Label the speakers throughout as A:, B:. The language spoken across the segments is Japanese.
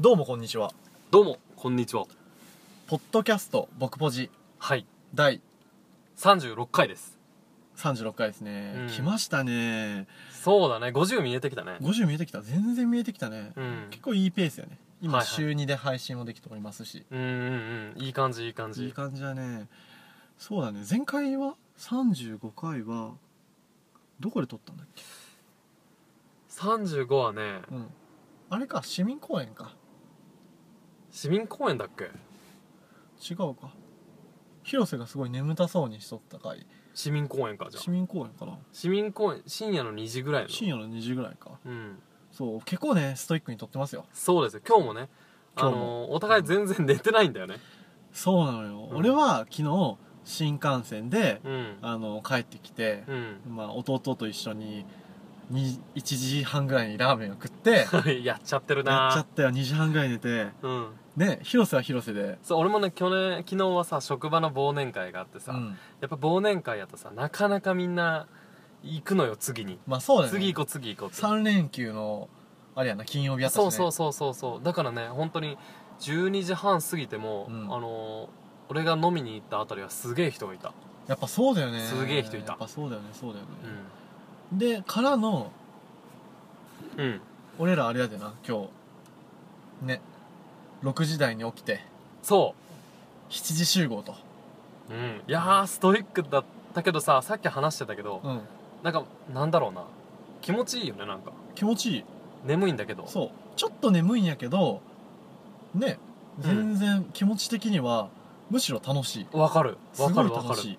A: どうもこんにちは。
B: どうもこんにちは
A: ポッドキャスト僕ポジ
B: はい
A: 第
B: 36回です
A: 36回ですね。
B: うん
A: 来ましたね。
B: そうだね50見えてきたね
A: 50見えてきた全然見えてきたね。
B: うん
A: 結構いいペースやね。今、
B: はいはい
A: 週2で配信もできておりますし。
B: うんうんうんいい感じいい感
A: いい
B: じ
A: 感じだね。そうだね。前回は35回はどこで撮ったんだっけ
B: 35はね
A: うん。あれか、市民公園か。
B: 市民公園だっけ
A: 違うか。広瀬がすごい眠たそうにしとった回。
B: 市民公園かじゃ
A: 市
B: あ
A: 民公園かな。
B: 市民公園深夜の2時ぐらいの
A: 深夜の2時ぐらいか。
B: うん
A: そう。結構ね、ストイックに撮ってますよ。
B: そうですよ今日もねあ
A: 今日
B: のーお互い全然寝てないんだよね
A: そうなのよ、
B: うん
A: 俺は昨日新幹線で、
B: うん
A: あの帰ってきて、
B: うん
A: まあ、弟と一緒にに1時半ぐらいにラーメンを食って
B: やっちゃってる
A: やっちゃ
B: な
A: ったよ2時半ぐらいに寝て
B: うん
A: ね広瀬は広瀬で
B: そう俺もね去年昨日はさ職場の忘年会があってさ、
A: うん、
B: やっぱ忘年会やとさなかなかみんな行くのよ次に
A: まあそうだね
B: 次行こう次行こうって
A: 3連休のあれやな金曜日やったし、ね、
B: そうそうそうそうそうだからね本当に12時半過ぎても、
A: うん
B: あのー俺が飲みに行ったあたりはすげえ人がいた、
A: やっぱそうだよね
B: すげえ人いた
A: やっぱそうだよねそうだよね、
B: う
A: でからの
B: ん、うん、
A: 俺らあれやでな今日ね6時台に起きて
B: そ
A: 7時集合と
B: う、うん、いやーストイックだったけどささっき話してたけど、
A: うん
B: なんかなんだろうな気持ちいいよねなんか
A: 気持ちいい
B: 眠いんだけど
A: そうちょっと眠いんやけどね全然気持ち的にはむしろ楽しい
B: わかる
A: す
B: わか
A: ごい
B: るわか
A: 楽
B: る
A: しい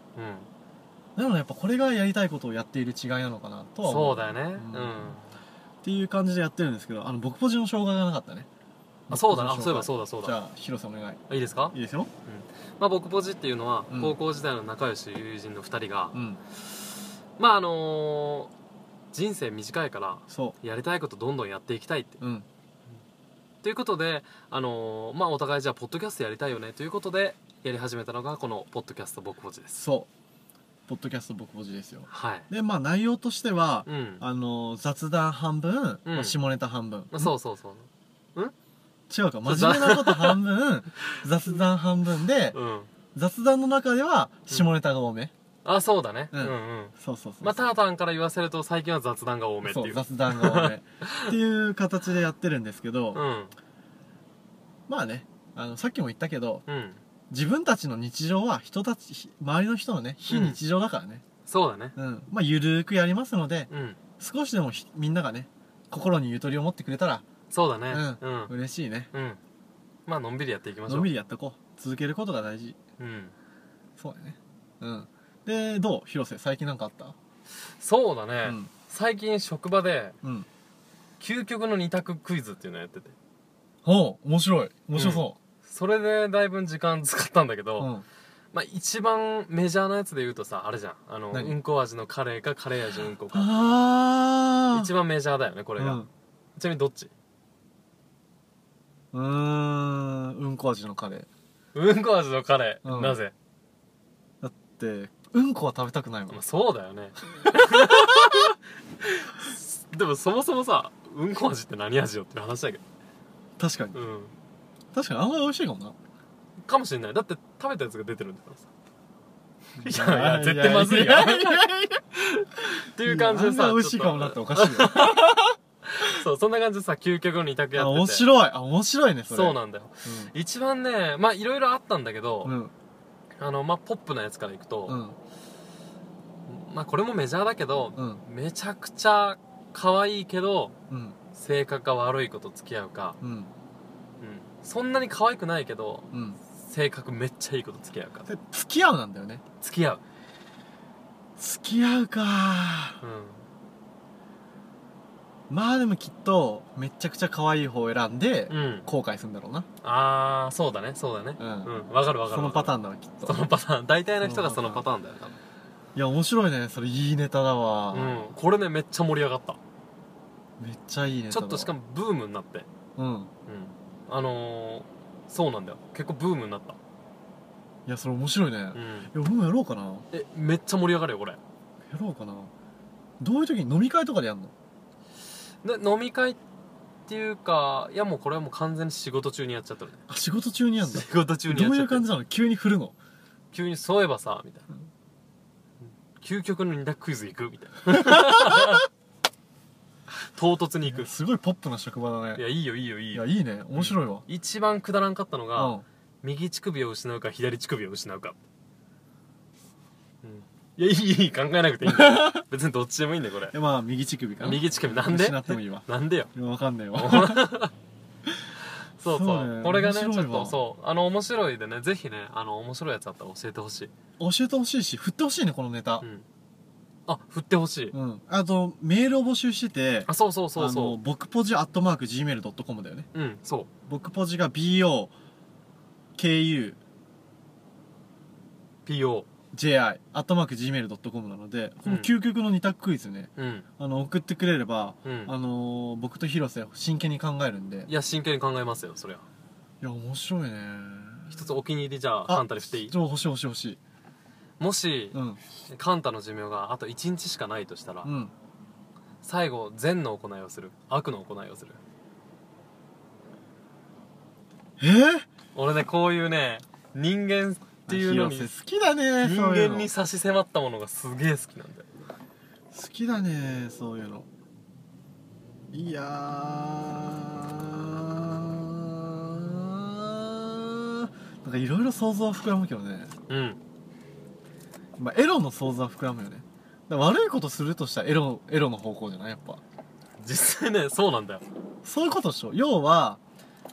B: うん、
A: なのでやっぱこれがやりたいことをやっている違いなのかなとは思
B: そううだよね
A: う
B: うんん、
A: っていう感じでやってるんですけどあの僕ポジの障害がなかったね
B: あそうだなあそういえば
A: う
B: そうだそう
A: じ
B: だ
A: ゃあ広瀬お願い
B: いいですか
A: いいですよ
B: まあ僕ポジっていうのは、
A: うん
B: 高校時代の仲良し友人の2人が、
A: うん
B: まああのー人生短いから
A: そ
B: やりたいことどんどんやっていきたいって。
A: ううん
B: ということで、あのーまあお互いじゃあポッドキャストやりたいよねということでやり始めたのがこのポッドキャスト僕ぼちです。
A: そうポッドキャスト僕ポジですよ
B: はい。
A: でまあ内容としては
B: うん。
A: あの雑談半分、
B: うん
A: 下ネタ半分、
B: まあ、そうそうそう。
A: 違うか真面目なこと半 分雑談半分で
B: うん。
A: 雑談の中では下ネタが多め、
B: あ、そうだね。
A: う
B: うんん、うん。
A: そうそうそう
B: まあタータンから言わせると最近は雑談が多めって
A: そ
B: いうう。
A: 雑談が 多めっていう形でやってるんですけど、
B: うん。
A: まあねあのさっきも言ったけど
B: うん。自
A: 自分たちの日常は人たちひ周りの人のね非日常だからね、
B: そうだね。
A: うんまあゆるーくやりますので
B: うん。
A: 少しでもひみんながね心にゆとりを持ってくれたら
B: そうだね。うん。うん。
A: 嬉しいね
B: まあのんびりやっていきましょう。
A: のんびりやっとこう続けることが大事
B: うん。
A: そうだねうんでどう広瀬最近なんかあった
B: そうだ
A: う
B: ね。
A: ん
B: 最近職場で
A: うん
B: 究極の二択クイズっていうのやってて。
A: おう面白い面白そ
B: それでだいぶ時間使ったんだけ
A: う
B: ど、
A: うん
B: まあ、一番メジャーなやつで言うとさあれじゃんあの
A: 何
B: うんこ味のカレーかカレー味うんこか
A: ああ
B: 一番メジャーだよねこれが、ちなみにどっち
A: うん、うーんうんこ味のカレー
B: うんこ味のカレー、
A: うん
B: なぜ、
A: だってうんこは食べたくないもん
B: まあ、そうだよ ねでもそもそもさうんこ味って何味よっていう話だけ
A: 確かに
B: どうん
A: 確かにあんまり美味しいかもな
B: かもしれないだって食べたやつが出てるんだからさいやいや絶対まずいよ
A: やや
B: っていう感じで
A: あ
B: さ
A: んま美味しいかもなっておかしいよ
B: そうそんな感じでさ究極の二択やっ
A: あ
B: てて
A: 面白いあ面白いねそれ
B: そうなんだよ一番ねまあいろいろあったんだけど、
A: うんうん
B: あのまあポップなやつからいくと、
A: うん
B: まあこれもメジャーだけど、
A: うん
B: めちゃくちゃ可愛いけど
A: うん
B: 性格が悪い子と付き合うか、
A: うん
B: うん、そんなに可愛くないけど
A: うん
B: 性格めっちゃいい子と付き合うか
A: で付き合うなんだよね
B: 付き合う、
A: 付き合うか
B: うん、
A: まあでもきっとめちゃくちゃ可愛い方を選んで
B: うん
A: 後悔するんだろうな
B: ああそうだねそうだね
A: うん
B: うんわかるわかる
A: そのパター
B: ン
A: ンだわきっ
B: そ
A: と
B: のパターン大体の人がそのパターンだよ多分
A: いや面白いねそれいいネタだわ
B: うん、これねめっちゃ盛り上がった
A: めっちゃいいネタ
B: ち
A: だ
B: ょっとしか
A: も
B: もブームになって
A: うん
B: うんあのー、そうなんだよ結構ブームになった、
A: いやそれ面白いね
B: う
A: い
B: ん、
A: やもうやろうかなや
B: えめっちゃ盛り上がるよこれ
A: ろうかなどういう時に飲み会とかでやんの
B: で飲み会っていうかいやもうこれはもう完全に仕事中にやっちゃったね
A: あ仕事中にやんだ
B: 仕事中にや
A: どう
B: っち
A: い
B: ゃ
A: う
B: った
A: 感じなの急に振るの
B: 急にそういえばさみたいな、
A: うん
B: 究極の二択クイズ行くみたいな 唐突に行く
A: すごいポップな職場だ
B: い
A: ね
B: やいいよいいよいい
A: い
B: よ
A: やいいね面白いわ
B: 一番くだらんかったの
A: う
B: が、
A: ん
B: 右乳首を失うか左乳首を失うか、うん、いやいいいい考えなくていいん だよ別にどっちでもいいんだよこれ
A: えまあ右乳首かな
B: 右乳首なんで
A: 失ってもいいわ
B: なんでよ
A: いやわかんないわ
B: そうそう
A: そうね
B: これがねちょ
A: 面
B: っ
A: 白いわ
B: とそうあの面白いでねぜひねあの面白いやつあったら教えてほしい、
A: 教えてほしいし振ってほしいねこのネタ
B: うん、あ振ってほしい、
A: うんあとメールを募集してて
B: あそうそうそう
A: あの
B: そ
A: 僕ポジアットマーク Gmail.com だよね
B: ううんそう
A: 僕ポジが BOKUJI アットマーク Gmail.com なのでこの究極の二択クイズね、
B: PO うん
A: あの送ってくれれば、
B: うん
A: あのー僕と広瀬真剣に考えるんで
B: いや真剣に考えますよそりゃ
A: いや面白いね
B: 一つお気に入りじゃあ
A: あ
B: カンタに振っていい
A: ちょ欲しい欲しい欲しい
B: もし、
A: うん
B: カンタの寿命があと1日しかないとしたら、
A: うん
B: 最後善の行いをする悪の行いをする
A: えー、
B: 俺ねこういうね人間っていうのに
A: あ広瀬好きだね
B: 人
A: そういう
B: 間
A: の
B: に差し迫ったものがすげえ好きなんだよ
A: 好きだねそういうのいやーなんかいろいろ想像は膨らむけどね、
B: うん
A: まあ、エロの想像は膨らむよねだから悪いことするとしたらエロエロの方向じゃないやっぱ
B: 実際ねそうなんだよ
A: そういうことでしょ要は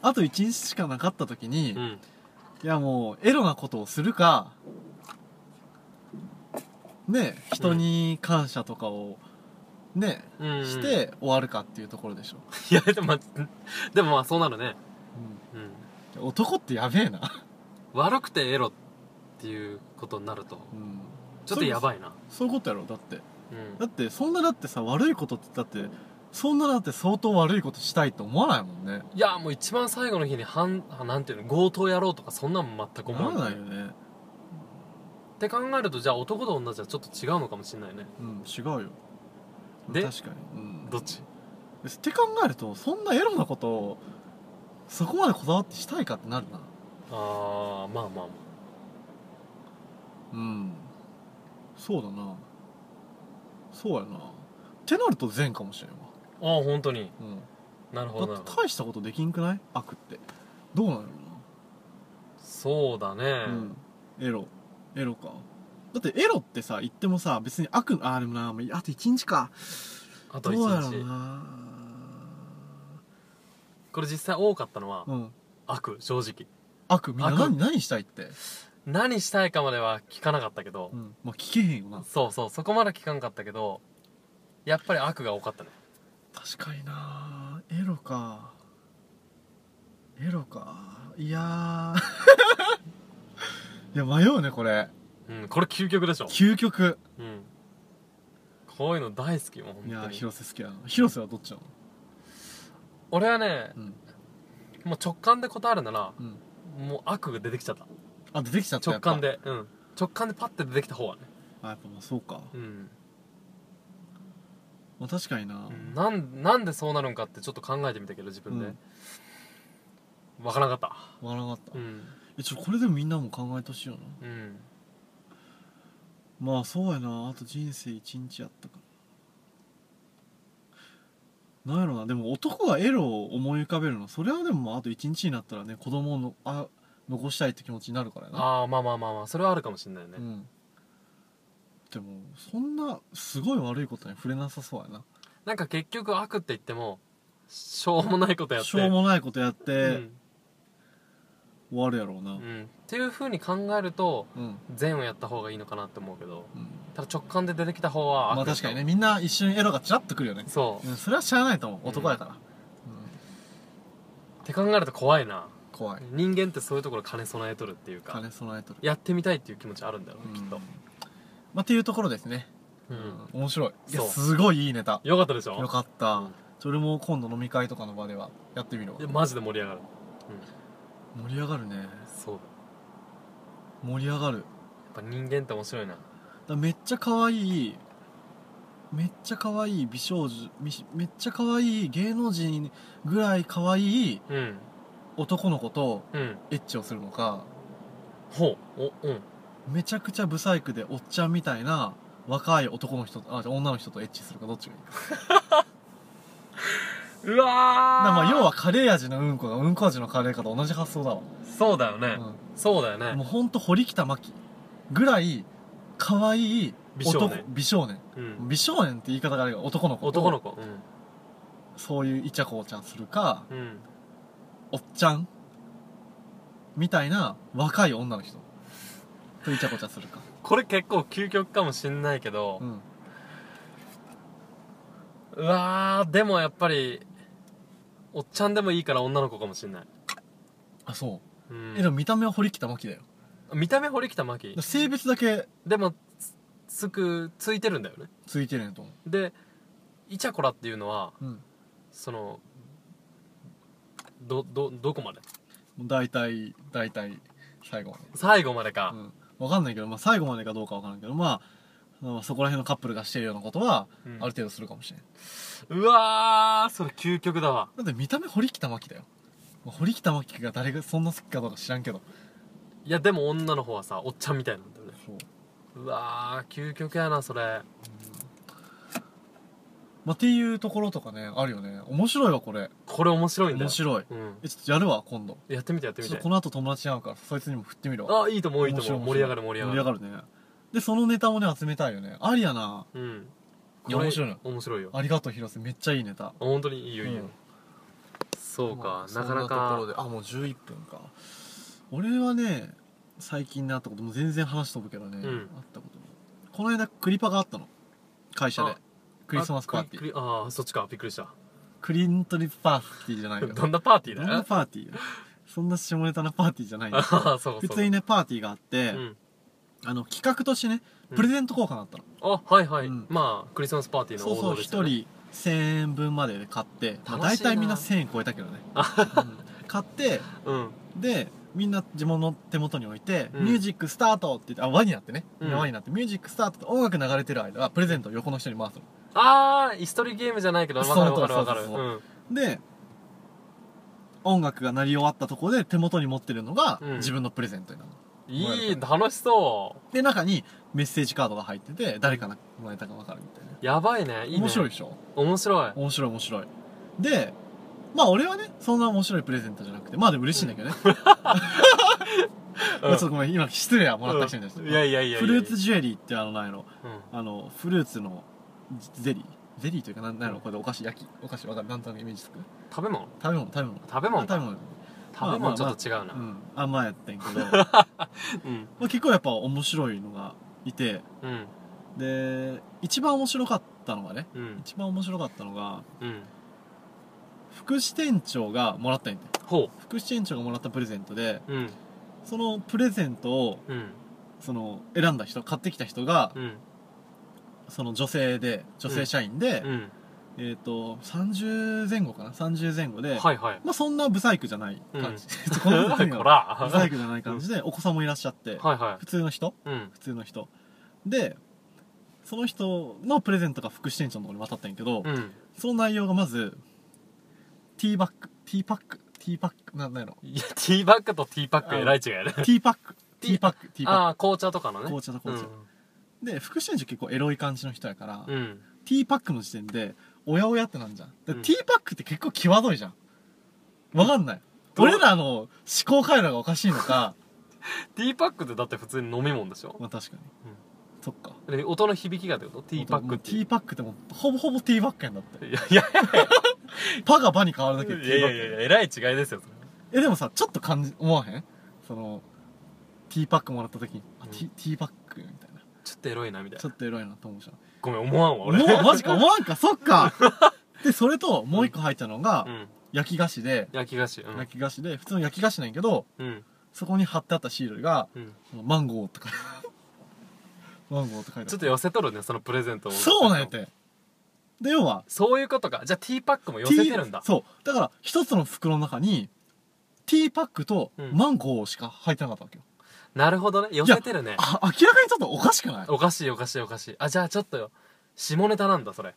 A: あと1日しかなかった時に、い
B: うん
A: やもうエロなことをするかね人に感謝とかをね、
B: うん
A: して終わるかっていうところでしょ、
B: いやでもまあでもまあそうなるね
A: うん
B: うん
A: 男ってやべえな、
B: 悪くてエロっていうことになると
A: うん、
B: ちょっとやばいな
A: そういうことやろだって
B: うん
A: だってそんなだってさ悪いことってだってそんなだって相当悪いことしたいと思わないもんね
B: いやもう一番最後の日にはんあなんていうの強盗やろうとかそんなん全く思
A: 思
B: わ
A: わな
B: な
A: いいよね
B: って考えるとじゃあ男と女じゃちょっと違うのかもしれないね
A: うん違うよ
B: で
A: 確かに、うん、
B: どっち
A: って考えるとそんなエロなことをそこまでこだわってしたいかってなるな
B: ああまあまあまあ
A: うんそうだなそうやなってなると善かもしれんわ、
B: ああ本当に
A: うん、
B: なるほど
A: だ
B: な
A: っ
B: る
A: て
B: ほど
A: 大したことできんくない悪ってどうなるの
B: そうだね
A: うん、エロエロかだってエロってさ言ってもさ別に悪あーでもなあと1日か
B: あ
A: ど
B: と
A: うやろ
B: 1
A: う
B: 日
A: な
B: これ実際多かったのは
A: うん
B: 悪正直
A: 悪みんな
B: 悪
A: 何何したいって、
B: 何したいかまでは聞かなかったけど
A: うん、まあ聞けへんよな
B: そうそうそこまで聞かんかったけどやっぱり悪が多かったね
A: 確かになエロかエロかいやー いや迷うねこれ
B: うんこれ究極でしょ
A: 究極
B: うんこういうの大好きもう
A: いやー
B: 本当に
A: 広瀬好きやな広瀬はどっちなの
B: 俺はね
A: うん
B: もう直感で答えるなら
A: うん
B: もう悪が出てきちゃった
A: あ出てきちゃった
B: 直感
A: やっ
B: でうん直感でパッて出てきた方はね
A: ぱあやっぱまあそうか、
B: うん
A: まあ、確かにな、
B: なんなんでそうなるんかってちょっと考えてみたけど自分で
A: うん
B: わからなかっ
A: わからなかった
B: たうん
A: えちょこれでもみんなも考えとしような
B: うん
A: まあそうやなあと人生一日やったからなんやろなでも男がエロを思い浮かべるのそれはでもまああと一日になったらね子供をのあ残したいって気持ちになるからやな
B: ああまあまあまあまあそれはあるかもしれないね
A: うんでもそんなすごい悪いことに触れなさそうやな
B: なんか結局悪って言ってもしょうもないことやって
A: しょうもないことやっ
B: う
A: て
B: ん
A: 終わるやろうな
B: うんっていう風に考えると
A: うん、うん
B: 善をやった方がいいのかなって思うけどただ直感で出てきた方は悪
A: まあ確かにねみんな一瞬エロがチラッとくるよね、
B: そう、
A: う
B: っ
A: ん、それは知らないと思う男やから、うん
B: て考えると怖いな
A: 怖い
B: 人間ってそういうところ兼ね備えとるっていうか
A: 金備えとる
B: やってみたいっていう気持ちあるんだろう、
A: うん
B: きっと
A: まあ、っていうところですね、
B: うん
A: 面白いいや
B: そう
A: すごいいいネタ
B: よかったでしょ
A: よかった、
B: うん
A: それも今度飲み会とかの場ではやってみるわ
B: いやマジで盛り上がる
A: 盛り上がるね
B: そう
A: 盛り上がるだか
B: やっぱ人間って面白いな
A: らめっちゃ可愛いめっちゃ可愛い美少女みしめっちゃ可愛い芸能人ぐらい可愛い
B: うん
A: 男の子と
B: うん
A: エッチをするのか
B: ほうおうん
A: めちゃくちゃブサイクでおっちゃんみたいな若い男の人とあ女の人とエッチするかどっちがいいか
B: うわー
A: だからまあ要はカレー味のうんこがうんこ味のカレーかと同じ発想だわ、
B: そうだよね、そうだよ
A: うん、
B: ね
A: もうほんと堀北真希ぐらい可愛い
B: 美少
A: 男
B: 年
A: 美少年
B: うん
A: 美少年って言い方があるよ男の子と
B: 男の子
A: そういうイチャコーちゃんするか
B: うんうん
A: おっちゃんみたいな若い女の人とイチャコーちゃんする か
B: これ結構究極かもしんないけど
A: う、ん
B: うわーでもやっぱりおっちゃんでもいいから女の子かもしんない、
A: あそうう、
B: ん
A: えでも見た目は堀北真希だよ
B: 見た目堀北真希
A: 性別だけ
B: でもつつくついてるんだよね
A: ついてるんやと思
B: でイチャコラっていうのは
A: う、うん、
B: そのどどどこまで
A: 大体大体最後まで
B: 最後までか、
A: うん、わかんないけど、まあ、最後までかどうかわからんけど、まあ、まあそこら辺のカップルがしてるようなことは、
B: うん
A: ある程度するかもしれない、
B: うわーそれ究極だわ
A: だって見た目堀北真希だよまあ堀北真希が誰がそんな好きかどうか知らんけど
B: いやでも女の方はさおっちゃんみたいなんだよね
A: そう、
B: うわー究極やなそれ
A: まあ、っていうところとかねあるよね面白いわこれ
B: これ面白いんだよ
A: 面白い
B: うん、
A: えちょっとやるわ今度
B: やってみてやって
A: ちょ
B: み
A: っと
B: て
A: この後友達に会うからそいつにも振ってみるわ
B: あいいと思ういいと思う盛り上がる盛り上がる
A: 盛り上がるねでそのネタもね集めたいよねありやな
B: うん
A: これ面白いな
B: 面白いよあ
A: ありがとう広瀬めっちゃいいネタ
B: 本当にいいよいいよ、
A: うん
B: そう
A: ま
B: か
A: あ、
B: なかな
A: そんと
B: か
A: ころであもう11分か俺はね最近なったこともう全然話飛ぶけどね、
B: うん
A: あったことこの間クリパがあったの会社で
B: あ
A: クリスマスパーティ
B: あク
A: ー
B: リクリあーそっちかびっくりした
A: クリントリパーティーじゃないよ
B: どんなパーティー
A: ど
B: だ
A: ん
B: よ
A: なパーティーよそんな下ネタなパーティーじゃないよ
B: あーそうそう
A: 普通にねパーティーがあって、
B: うん、
A: あの企画としてね
B: うん
A: プレゼント交換だったの、
B: あはいはい、
A: うん
B: まあクリスマスパーティーの
A: そう
B: 王
A: そう1
B: 道ですよね
A: 人1000円分までで買って、まあ、
B: 楽
A: 大
B: しいな
A: 体みんな1000円超えたけどね、うん買って
B: うん
A: でみんな自分の手元に置いて、
B: うん
A: ミュージックスタートって言ってあ輪になってね、
B: うん
A: 輪になってミュージックスタートって音楽流れてる間はプレゼントを横の人に回すの
B: ああ椅子取りゲームじゃないけどわかるわかるわかる
A: そう
B: う
A: そうそ
B: ん
A: で音楽が鳴り終わったところで手元に持ってるのが
B: うん
A: 自分のプレゼントになるの、
B: いい楽しそ
A: で中にメッセージカードが入ってて誰からもらえたか分かるみたいな
B: うやばいねいいね
A: 面白いでしょ
B: 面白い
A: 面白い面白いでまあ俺はねそんな面白いプレゼントじゃなくてまあでも嬉しいんだけどね、
B: うん
A: まあちょっとごめん今失礼はもらった人に対して、
B: うんいやいやいやいや
A: フルーツジュエリーってあのなんやろ
B: うん
A: あのフルーツのゼリーゼリーというかなんなんやろ
B: うん
A: これでお菓子焼きお菓子わかるなんとなくイメージつく
B: 食べ物
A: 食べ物食べ物
B: 食べ物
A: あ食べ
B: か
A: 物
B: 食べ物ちょっと違う
A: う
B: なん
A: 甘やってん けど、ま
B: うん
A: あ、結構やっぱ面白いのがいて
B: うん
A: で一番面白かったのがね
B: うん
A: 一番面白かったのが
B: うん
A: 副支店長がもらったんやて
B: ほ
A: 副支店長がもらったプレゼントで
B: ううん
A: そのプレゼントを
B: うん
A: その選んだ人買ってきた人が、
B: うん
A: その女性で女性社員で、
B: うん
A: えっ、と30前後かな30前後で、
B: はいはい
A: まあそんなブサイクじゃない感じ、 こんなブサイク
B: こ
A: な
B: ら
A: ブサイクじゃない感じで、お子さんもいらっしゃって、
B: はいは
A: 普通の人
B: いうん
A: 普通の人でその人のプレゼントが副支店長のところに渡ったんやけど、
B: うん
A: その内容がまずティーバッグティーパックティーパックなんなんやろ
B: いやティーバッグとティーパックえらい違いやね
A: ティーパックティーパックティーパッ
B: ああー紅茶とかの
A: ク
B: ね
A: 紅茶と紅茶、で副支店長結構エロい感じの人やから、
B: うんうん
A: ティーパックの時点でおやおやってなんじゃんで、
B: うん
A: ティーパックって結構際どいじゃんわかんない、
B: どう
A: 俺らの思考回路がおかしいのか
B: ティーパックってだって普通に飲み物でしょ
A: まあ確かに、そっか
B: で音の響きがってことティーパック
A: も
B: っ
A: う
B: て
A: ティーパックってもうほぼほぼティーバックやんだって
B: いやいや
A: パがバに変わるだけで
B: い
A: ティ
B: や
A: ー
B: い
A: バッ
B: や
A: ク
B: いやえらい違いですよそ
A: え
B: れ
A: でもさちょっと感じ思わへんそのティーパックもらった時にあ、
B: うん
A: ティティーパックみたいな
B: ちょっとエロいなみたい
A: ちょ
B: な
A: っとエロいなと思うじゃん
B: ごめん思わんわ俺
A: もうマジか思わんかそっ かでそれともう一個入ったのが、
B: うん
A: 焼き菓子で、
B: 焼き菓子うん
A: 焼き菓子で普通の焼き菓子なんやけど
B: うん
A: そこに貼ってあったシールが
B: うん
A: 「マンゴー」って書いてあるマンゴーって書いてある
B: ちょっと寄せとるねそのプレゼントを
A: そうなんやてで要は
B: そういうことかじゃあティーパックも寄せてるんだ
A: T- そうだから一つの袋の中にティーパックと
B: うん
A: マンゴーしか入ってなかったわけよ、
B: なるほどね寄せてるね
A: あ明らかにちょっとおかしくない
B: おかしいおかしいおかしいあじゃあちょっと下ネタなんだそれ、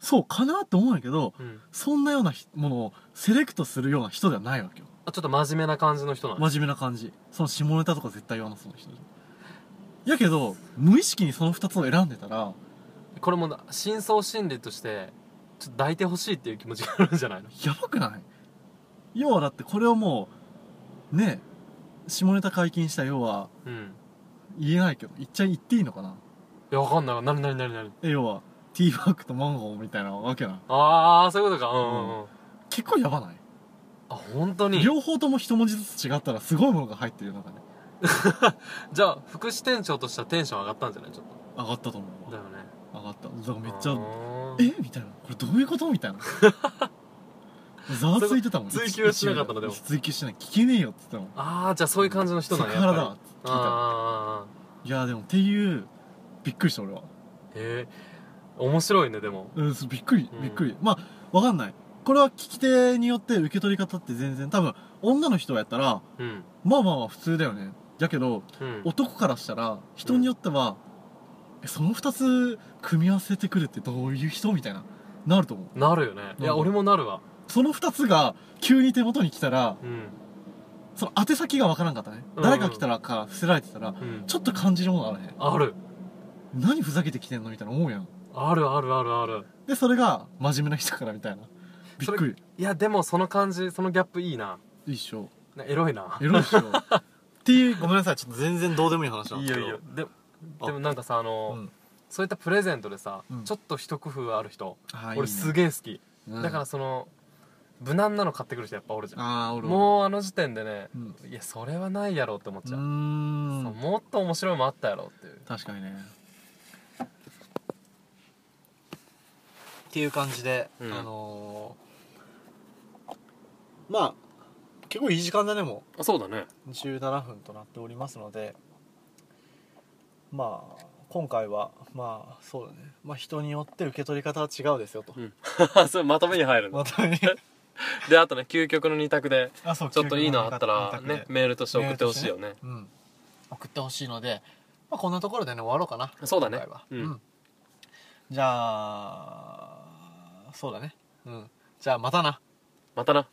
A: そうかなって思うんやけど
B: うん、
A: そんなようなひものをセレクトするような人ではないわけよ
B: あちょっと真面目な感じの人なんだ
A: 真面目な感じその下ネタとか絶対言わなそうな人やけど無意識にその2つを選んでたら
B: これもな深層心理としてちょっと抱いてほしいっていう気持ちがあるんじゃないの
A: やばくない要はだってこれをもうね下ネタ解禁した要は
B: うん
A: 言えないけど言っちゃ言っていいのかない
B: やわかんないなになになになに
A: え要はティーバッグとマンゴーみたいなわけな
B: ああそういうことかうんうんうん、
A: 結構やばない
B: あ本当に
A: 両方とも一文字ずつ違ったらすごいものが入ってる 中で
B: じゃあ副支店長としてはテンション上がったんじゃないちょっ
A: 上がったと思う
B: と
A: わ
B: だよね
A: 上がっただからめっち
B: あ
A: ゃ「
B: ー
A: えみたいなこれどういうことみ たいなざわついてたもん
B: 追求しなかったのでも
A: 追求しない聞けねえよって言ってたもん
B: あーじゃあそういう感じの人なんや
A: セクハラ
B: や
A: だ
B: っぱ
A: って
B: り
A: 聞いたの
B: あー
A: いやでもっていうびっくりした俺は
B: あーあーへえ面白いねでも
A: うんそうびっくり
B: うん
A: びっくり、まあわかんないこれは聞き手によって受け取り方って全然多分女の人やったら
B: うん
A: まあまあまあ普通だよねだけど
B: うん
A: 男からしたら人によっては、えその2つ組み合わせてくるってどういう人みたいななると思う
B: なるよねいや
A: うん
B: 俺もなるわ
A: その2つが急に手元に来たら
B: うん
A: その宛先がわからんかったね、
B: うん
A: 誰か来たらから伏せられてたら
B: うん
A: ちょっと感じるものあるね
B: ある
A: 何ふざけてきてんのみたいな思うやん
B: あるあるあるある
A: でそれが真面目な人からみたいなびっくり
B: いやでもその感じそのギャップいいな
A: 一 緒
B: なエロいな
A: エロいっしょっていうごめんなさいちょっと全然どうでもいい話なん
B: いい
A: です
B: よ
A: けど
B: いいよででもなんかさあの、
A: うん
B: そういったプレゼントでさ、
A: うん
B: ちょっと一工夫ある人、
A: あーいいね
B: 俺すげえ好き、
A: うん
B: だからその無難なの買ってくる人やっぱおるじゃん
A: ああ俺
B: もうあの時点でね、
A: うん
B: いやそれはないやろって思っ
A: う
B: ちゃう,そう、
A: ーん
B: もっと面白いもあったやろっていう
A: 確かにねっていう感じで、
B: うん
A: あのーまあ結構いい時間だねも
B: あそうだね
A: う17分となっておりますのでまあ今回はまあそうだねまあ人によって受け取り方は違うですよと、
B: ん それまとめに入るの
A: またね
B: であとね究極の二択で
A: あそう
B: ちょっといいのあったら
A: 究極の二
B: ね
A: 択で
B: メールとして送ってほしいよね
A: うん送ってほしいので、まあ、こんなところでね終わろうかな
B: そうだね
A: 今回は、
B: う
A: うんんじゃあそうだねうんじゃあまたな
B: またな